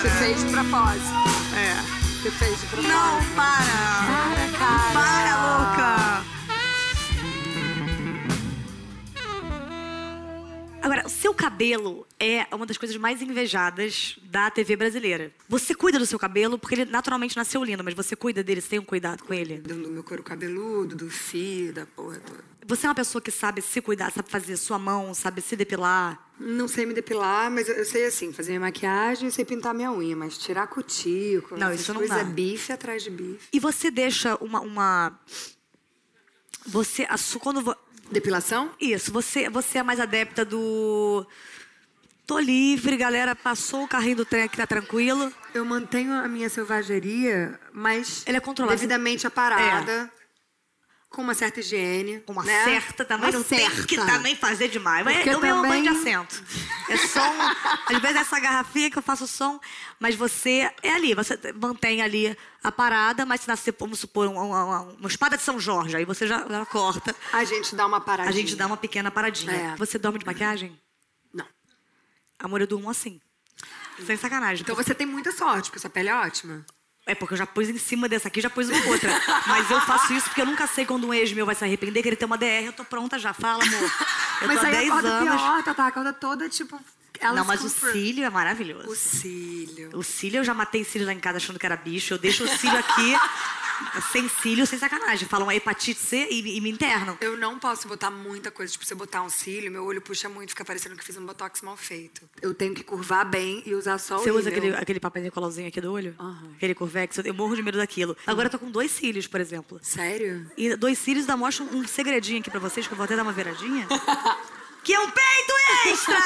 B: Você
C: Para.
B: fez de propósito.
C: É.
B: Você fez de propósito.
C: Não, para.
B: Para, cara.
C: Para, louca.
A: Agora, o seu cabelo é uma das coisas mais invejadas da TV brasileira. Você cuida do seu cabelo porque ele naturalmente nasceu lindo, mas você cuida dele, você tem um cuidado com ele?
B: Do, do meu couro cabeludo, do fio, da porra toda.
A: Você é uma pessoa que sabe se cuidar, sabe fazer sua mão, sabe se depilar.
B: Não sei me depilar, mas eu, eu sei assim, fazer minha maquiagem, eu sei pintar minha unha, mas tirar cutícula,
A: Não,
B: essas
A: isso não
B: coisas
A: dá.
B: é bife atrás de bife.
A: E você deixa uma. uma... Você. A sua, quando, vo-
B: Depilação?
A: Isso, você, você é mais adepta do. Tô livre, galera. Passou o carrinho do trem aqui, tá tranquilo.
B: Eu mantenho a minha selvageria, mas
A: Ela é controlada.
B: devidamente aparada, com É. uma certa higiene.
A: Com uma
B: né?
A: certa também,
B: Uma
A: não tem
B: certa.
A: que também fazer demais. Mas
B: Porque
A: eu mesmo
B: também-
A: banho de assento. É som. às vezes é essa garrafinha que eu faço som, mas você é ali, você mantém ali a parada, mas se nascer, vamos supor, um- um- uma, espada de São Jorge, aí você já, já corta.
B: A gente dá um- uma paradinha.
A: A gente dá uma pequena paradinha.
B: É.
A: Você dorme de maquiagem?
B: Não.
A: Amor, eu durmo assim. Sem sacanagem.
B: Então você tem muita sorte, porque sua pele é ótima.
A: É porque eu já pus em cima dessa aqui, já pus uma outra. Mas eu faço isso porque eu nunca sei quando um ex meu vai se arrepender, que ele tem uma DR, eu tô pronta já. Fala, amor. Eu
B: mas
A: tô há
B: aí
A: 10
B: acorda
A: anos.
B: pior, Tatá, acorda toda, tipo... Ela
A: Não, mas o cílio é maravilhoso.
B: O cílio.
A: O cílio, eu já matei cílio lá em casa achando que era bicho. Eu deixo o cílio aqui, sem cílio, sem sacanagem. Falam é hepatite C e, e me internam.
B: Eu não posso botar muita coisa. Tipo, se eu botar um cílio, meu olho puxa muito, fica parecendo que fiz um botox mal feito. Eu tenho que curvar bem e usar só o
A: Você usa
B: rímel.
A: aquele, aquele papel colauzinho aqui do olho?
B: É Aham.
A: Aquele Corvex, eu morro de medo daquilo. Agora eu tô com dois cílios, por exemplo.
B: Sério?
A: E dois cílios dá mostra um segredinho aqui pra vocês, que eu vou até dar uma viradinha. que é um peito extra!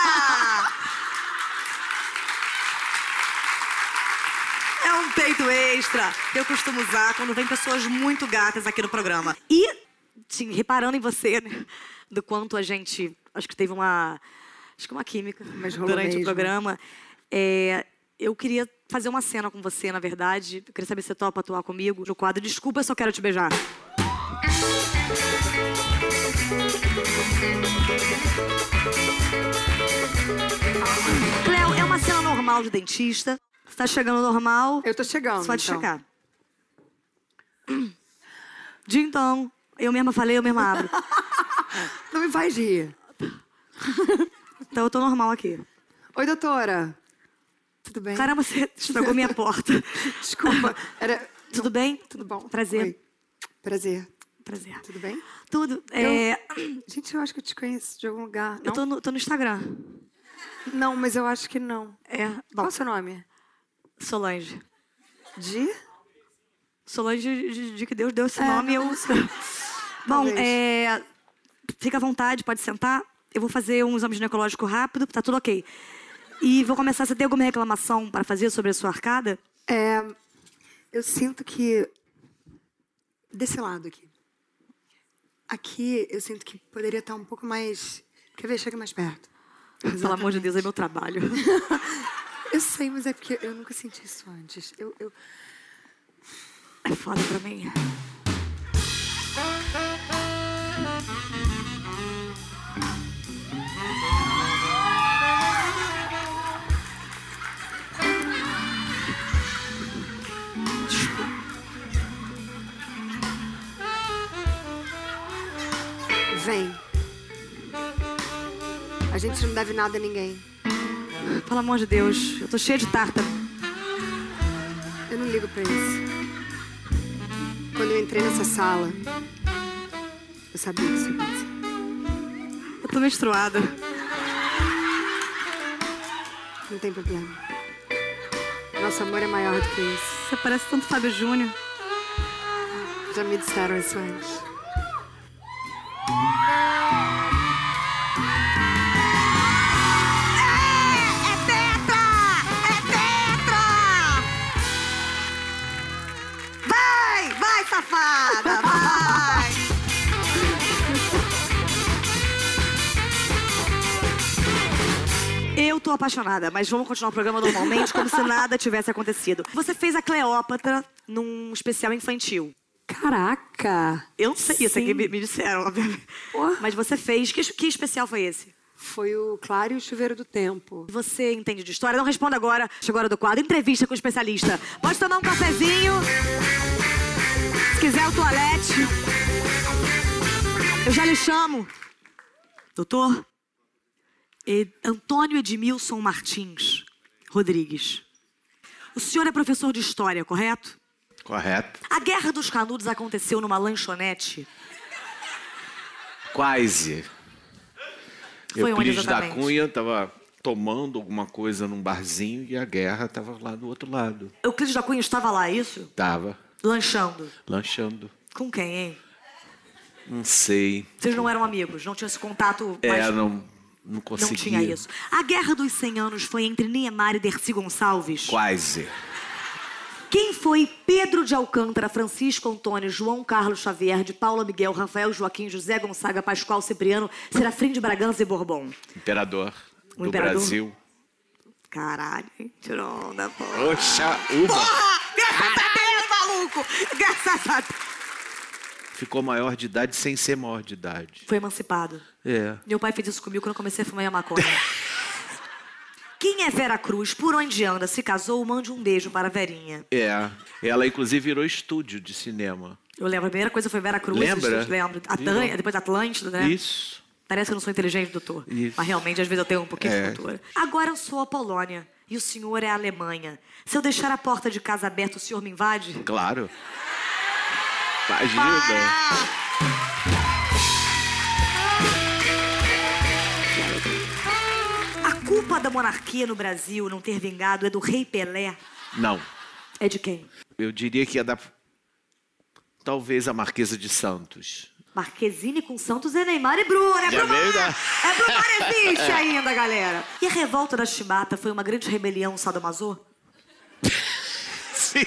A: é um peito extra que eu costumo usar quando vem pessoas muito gatas aqui no programa. E, sim, reparando em você, né, do quanto a gente. Acho que teve uma. Acho que uma química
B: Mas rolou
A: durante o
B: mesmo.
A: programa. É, eu queria fazer uma cena com você, na verdade. Eu queria saber se você topa atuar comigo no quadro Desculpa, eu só quero te beijar. Cléo, é uma cena normal de dentista. Você tá chegando normal.
B: Eu tô chegando,
A: Você pode
B: então.
A: chegar. Din dong. então, Eu mesma falei, eu mesma abro.
B: Não me faz rir.
A: Então eu tô normal aqui.
B: Oi, doutora. Tudo bem?
A: Caramba, você estragou minha porta.
B: Desculpa. Era...
A: Tudo bem?
B: Tudo bom?
A: Prazer.
B: Oi. Prazer.
A: Prazer.
B: Tudo bem?
A: Tudo. É,
B: Gente, eu acho que eu te conheço de algum lugar.
A: eu
B: Não,
A: tô no, tô no Instagram.
B: não mas eu acho que não.
A: É.
B: Qual
A: Bom,
B: o seu nome?
A: Solange.
B: De?
A: Solange, de, de que Deus deu esse
B: É,
A: nome, eu.
B: não
A: Bom,
B: Talvez.
A: é, fica à vontade, pode sentar. Eu vou fazer um exame ginecológico rápido, tá tudo ok. E vou começar. Você tem alguma reclamação para fazer sobre a sua arcada?
B: É, eu sinto que. Desse lado aqui. Aqui eu sinto que poderia estar um pouco mais. Quer ver? Chega mais perto.
A: Pelo amor de Deus, é meu trabalho.
B: Eu sei, mas é porque eu nunca senti isso antes. Eu, eu-
A: É foda pra mim.
B: Vem. A gente não deve nada a ninguém.
A: Pelo amor de Deus, eu tô cheia de tártaro.
B: Eu não ligo pra isso. Quando eu entrei nessa sala, eu sabia que isso ia acontecer.
A: Eu tô menstruada.
B: Não tem problema. Nosso amor é maior do que isso.
A: Você parece tanto Fábio Júnior.
B: Já me disseram isso antes.
C: É tetra! É tetra!
A: tô apaixonada, mas vamos continuar o programa normalmente, como se nada tivesse acontecido. Você fez a Cleópatra num especial infantil.
B: Caraca!
A: Eu não sei, isso aqui
B: Sim.
A: me, me disseram, obviamente.
B: Pô.
A: Mas você fez. Que, que especial foi esse?
B: Foi o Claro e o Chuveiro do Tempo.
A: Você entende de história? Não responda agora. Chegou a hora do quadro. Entrevista com o especialista. Pode tomar um cafezinho. Se quiser, o toalete. Eu já lhe chamo. Doutor? E- Antônio Edmilson Martins Rodrigues. O senhor é professor de história, correto?
D: Correto.
A: A Guerra dos Canudos aconteceu numa lanchonete.
D: Quase.
A: Foi onde
D: Euclides da
A: exatamente?
D: Cunha estava tomando alguma coisa num barzinho e a guerra estava lá do outro lado.
A: Euclides da Cunha estava lá, é isso?
D: Tava
A: Lanchando.
D: lanchando.
A: Com quem, hein?
D: Não sei.
A: Vocês não eram amigos, não tinham esse contato mais
D: É, não, não
A: Não
D: conseguia.
A: tinha isso. A Guerra dos 100 Anos foi entre Niemeyer e Dercy Gonçalves.
D: Quase.
A: Quem foi Pedro de Alcântara, Francisco Antônio, João Carlos Xavier, de Paula Miguel, Rafael Joaquim, José Gonzaga, Pascoal Cipriano, Serafim de Bragança e Bourbon?
D: Imperador
A: O
D: do
A: Um imperador.
D: Brasil.
A: Caralho, hein? tirou onda, pô.
D: Poxa, uva.
C: Graças a Deus, maluco! Graças a Deus!
D: Ficou maior de idade sem ser maior de idade.
A: Foi emancipado.
D: É.
A: Meu pai fez isso comigo quando eu comecei a fumar maconha. Quem é Vera Cruz? Por onde anda? Se casou, mande um beijo para a Verinha.
D: É. Ela, inclusive, virou estúdio de cinema.
A: Eu lembro, a primeira coisa foi Vera Cruz.
D: Lembra?
A: eu Lembro. Atlântida,
D: Virou.
A: depois Atlântida, né?
D: Isso.
A: Parece que eu não sou inteligente, doutor.
D: Isso.
A: Mas realmente, às vezes eu tenho um pouquinho de
D: É.
A: cultura. Agora eu sou a Polônia e o senhor é a Alemanha. Se eu deixar a porta de casa aberta, o senhor me invade?
D: Claro. Imagina.
A: A culpa da monarquia no Brasil não ter vingado é do rei Pelé.
D: Não.
A: É de quem?
D: Eu diria que ia dar. Talvez a Marquesa de Santos.
A: Marquezine com Santos é Neymar e Bruno. É
D: Já
A: Brumar!
D: veio da-
A: É Brumar existe ainda, galera. E a revolta da Chibata foi uma grande rebelião sadomaso?
D: Sim.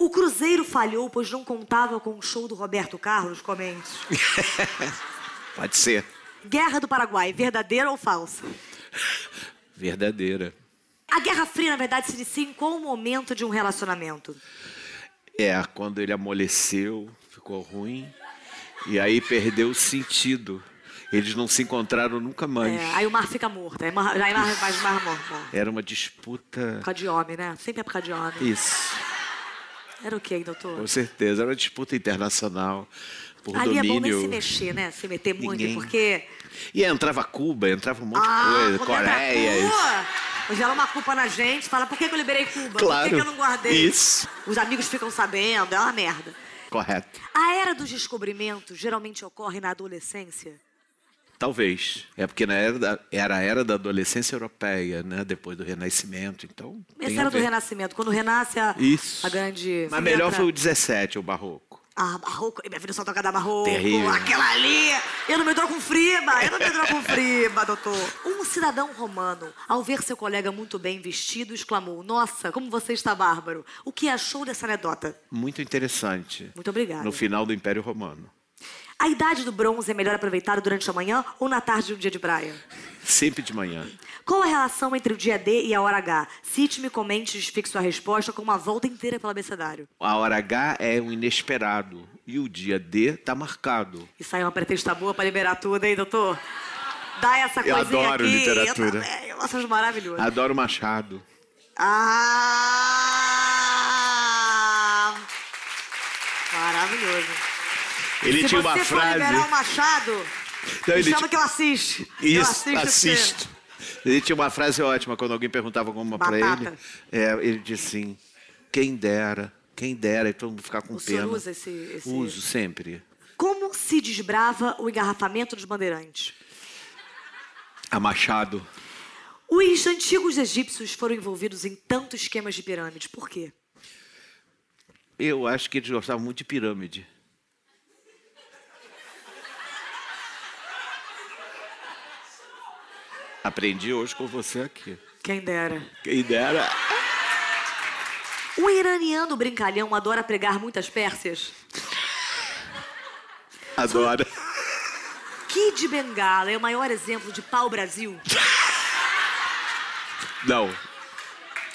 A: O Cruzeiro falhou, pois não contava com o show do Roberto Carlos? Comente.
D: Pode ser.
A: Guerra do Paraguai, verdadeira ou falsa?
D: Verdadeira.
A: A Guerra Fria, na verdade, se inicia em qual momento de um relacionamento?
D: É, quando ele amoleceu, ficou ruim. E aí perdeu o sentido. Eles não se encontraram nunca mais.
A: É, aí o mar fica morto. Aí o mar, aí o mar, faz o mar morto. né?
D: Era uma disputa.
A: Por causa de homem, né? Sempre é por causa de homem.
D: Isso.
A: Era o quê, doutor?
D: Com certeza. Era uma disputa internacional por
A: Ali é bom nem
D: domínio.
A: se mexer, né? Se meter muito,
D: Ninguém.
A: porque... Ah,
D: E aí entrava Cuba, entrava um monte de coisa,
A: quando entra
D: Coreia. isso.
A: Cuba, Gera uma culpa na gente, fala, por que, que eu liberei Cuba? Por
D: Claro.
A: que, que eu não guardei?
D: Isso.
A: Os amigos ficam sabendo, é uma merda.
D: Correto.
A: A era dos descobrimentos geralmente ocorre na adolescência?
D: Talvez. É porque na era da, era a era da adolescência europeia, né? Depois do Renascimento, então. tem
A: Essa
D: a
A: era do
D: ver.
A: Renascimento. né? Quando renasce a,
D: Isso.
A: a grande.
D: Mas melhor
A: entra-
D: foi o 17, o barroco.
A: Ah, barroco. Minha filha só toca da barroco.
D: Terrível.
A: Aquela ali. Eu não me dou com friba. Eu não me dou com friba, doutor. Um cidadão romano, ao ver seu colega muito bem vestido, exclamou: Nossa, como você está bárbaro. O que achou dessa anedota?
D: Muito interessante.
A: Muito obrigada.
D: No final do Império Romano.
A: A idade do bronze é melhor aproveitada durante a manhã ou na tarde de um dia de praia?
D: Sempre de manhã.
A: Qual a relação entre o dia D e a hora H? Cite-me, comente, justifique sua resposta com uma volta inteira pelo abecedário.
D: A hora H é um inesperado. E o dia D está marcado.
A: Isso aí é uma pretexta boa pra liberar tudo, hein, doutor? Dá essa
D: Eu
A: coisinha
D: adoro
A: aqui. É,
D: literatura.
A: Eu também. Nossa, acho maravilhoso.
D: Adoro Machado.
A: Ah! Maravilhoso.
D: Ele
A: Se
D: tinha uma
A: você for
D: frase.
A: liberar o Machado, me
D: ele
A: chama
D: tinha-
A: que eu assisto. eu
D: Isso,
A: assisto, você.
D: assisto. Ele tinha uma frase ótima quando alguém perguntava alguma pra
A: Batata.
D: ele. É, ele disse assim: quem dera, quem dera, e todo mundo ficar com
A: O senhor
D: pena.
A: usa esse- esse-
D: Uso sempre.
A: Como se desbrava o engarrafamento dos bandeirantes?
D: A Machado.
A: Os antigos egípcios foram envolvidos em tantos esquemas de pirâmide. Por quê?
D: Eu acho que eles gostavam muito de pirâmide. Aprendi hoje com você aqui.
A: Quem dera.
D: Quem dera.
A: O iraniano brincalhão adora pregar muitas pérsicas.
D: Adora.
A: Kid Bengala é o maior exemplo de pau-brasil.
D: Não,
A: O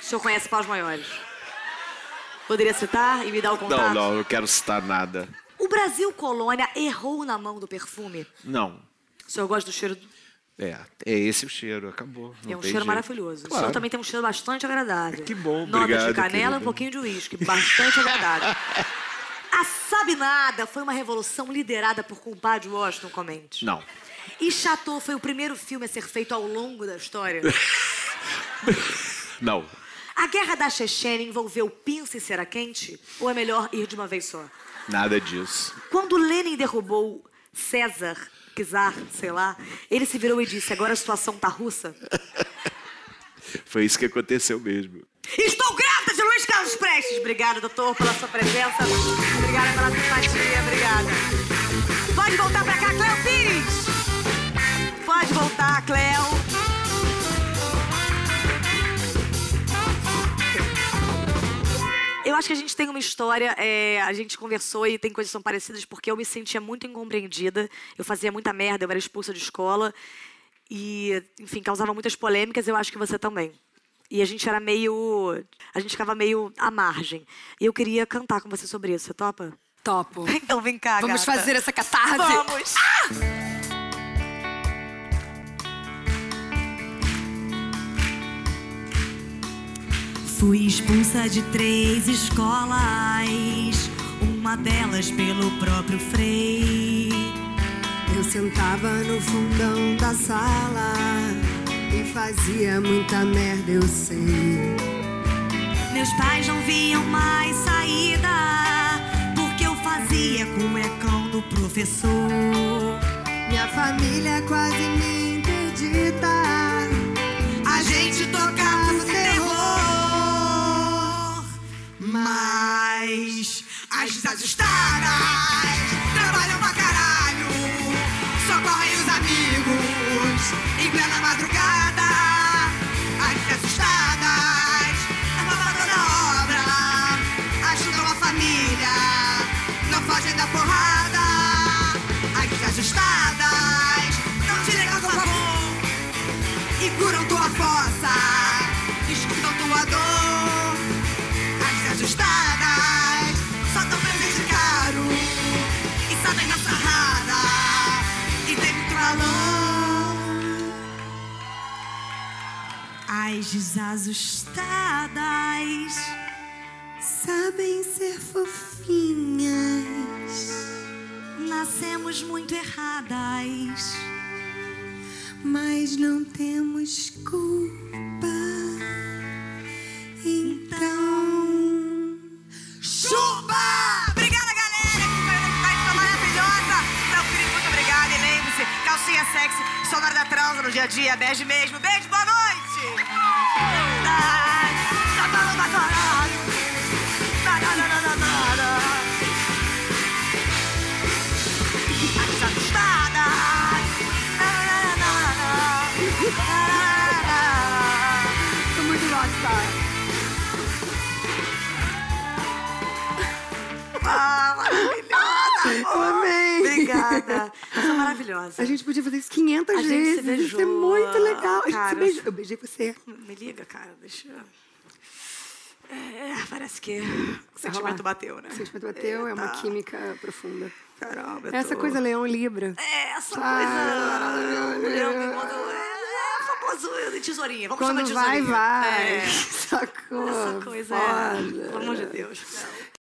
A: senhor conhece Paus Maiores? Poderia citar e me dar o
D: não,
A: contato?
D: não, eu não quero citar nada.
A: O Brasil Colônia errou na mão do perfume.
D: Não.
A: O senhor gosta do cheiro? do-
D: É, é esse o cheiro, acabou. não
A: é um cheiro
D: tem jeito.
A: maravilhoso. O
D: Claro. É,
A: senhor também tem um cheiro bastante agradável.
D: Que bom,
A: Notas de
D: obrigado,
A: canela e um
D: querida.
A: pouquinho de uísque. Bastante agradável. A Sabinada foi uma revolução liderada por compadre Washington Comente.
D: Não.
A: E Chateau foi o primeiro filme a ser feito ao longo da história.
D: Não.
A: A Guerra da Chechênia envolveu pinça e cera quente? Ou é melhor ir de uma vez só?
D: Nada disso.
A: Quando Lenin derrubou César, Czar, sei lá, ele se virou e disse, agora a situação tá russa?
D: Foi isso que aconteceu mesmo.
A: Estou grata de Luiz Carlos Prestes. Obrigada, doutor, pela sua presença. Obrigada pela simpatia. Obrigada. Pode voltar pra cá, Cléo Pires. Pode voltar, Cléo. Eu acho que a gente tem uma história, é, a gente conversou e tem coisas que são parecidas, porque eu me sentia muito incompreendida, eu fazia muita merda, eu era expulsa de escola e, enfim, causava muitas polêmicas, eu acho que você também. E a gente era meio. A gente ficava meio à margem. E eu queria cantar com você sobre isso, você topa?
B: Topo.
A: Então vem cá,
B: Vamos
A: gata.
B: fazer essa catarse.
A: Vamos!
E: Ah! Fui expulsa de três escolas, uma delas pelo próprio Frei.
B: Eu sentava no fundão da sala e fazia muita merda, eu sei.
E: Meus pais não viam mais saída, porque eu fazia cuecão do professor.
B: Minha família quase me interdita. A gente tocava terror. Mas as desajustadas trabalham pra caralho. Socorrem os amigos em plena madrugada. As desajustadas trabalham na obra. Ajudam a família, não fogem da porrada. As desajustadas não te negam favor e curam tua força, escutam tua dor. As ajustadas só tão prejudicaram e sabem da sarrada e tem muito valor.
E: As desajustadas
B: Sabem ser fofinhas,
E: nascemos muito erradas.
B: mas não temos culpa. Então, chupa!
C: Obrigada, galera, que foi uma edição maravilhosa. Então, querido, muito obrigada. E lembre-se, calcinha sexy, só na hora da transa, no dia a dia, beijo mesmo. Beijo, boa noite. Tá falando pra caralho. Tá, tá, tá, tá, tá, tá. Tá desajustada. Tá, tá, tá, tá, tá. Tá, tá, tá, tá.
B: Tô muito rockstar.
C: Ah, maravilhosa!
B: Amei.
A: Obrigada. Você é maravilhosa.
B: A gente podia fazer isso 500
A: A gente se
B: vezes. Isso é
A: beijou.
B: muito legal. A gente
A: Cara,
B: se beijou. Eu beijei você.
A: Me liga, cara, deixa eu... É, parece que o
B: Vai
A: sentimento
B: rolar.
A: bateu, né?
B: O sentimento bateu, é uma
A: Eita.
B: química profunda.
A: Caramba, eu
B: Essa
A: tô-
B: coisa leão e libra.
A: É, essa
B: Ah,
A: coisa... Leão me mandou... É, é famoso de tesourinha. Vamos chamar
B: Quando
A: de
B: vai,
A: tesourinha.
B: vai.
A: É,
B: Sacou?
A: essa coisa...
B: Foda.
A: É, pelo amor de Deus.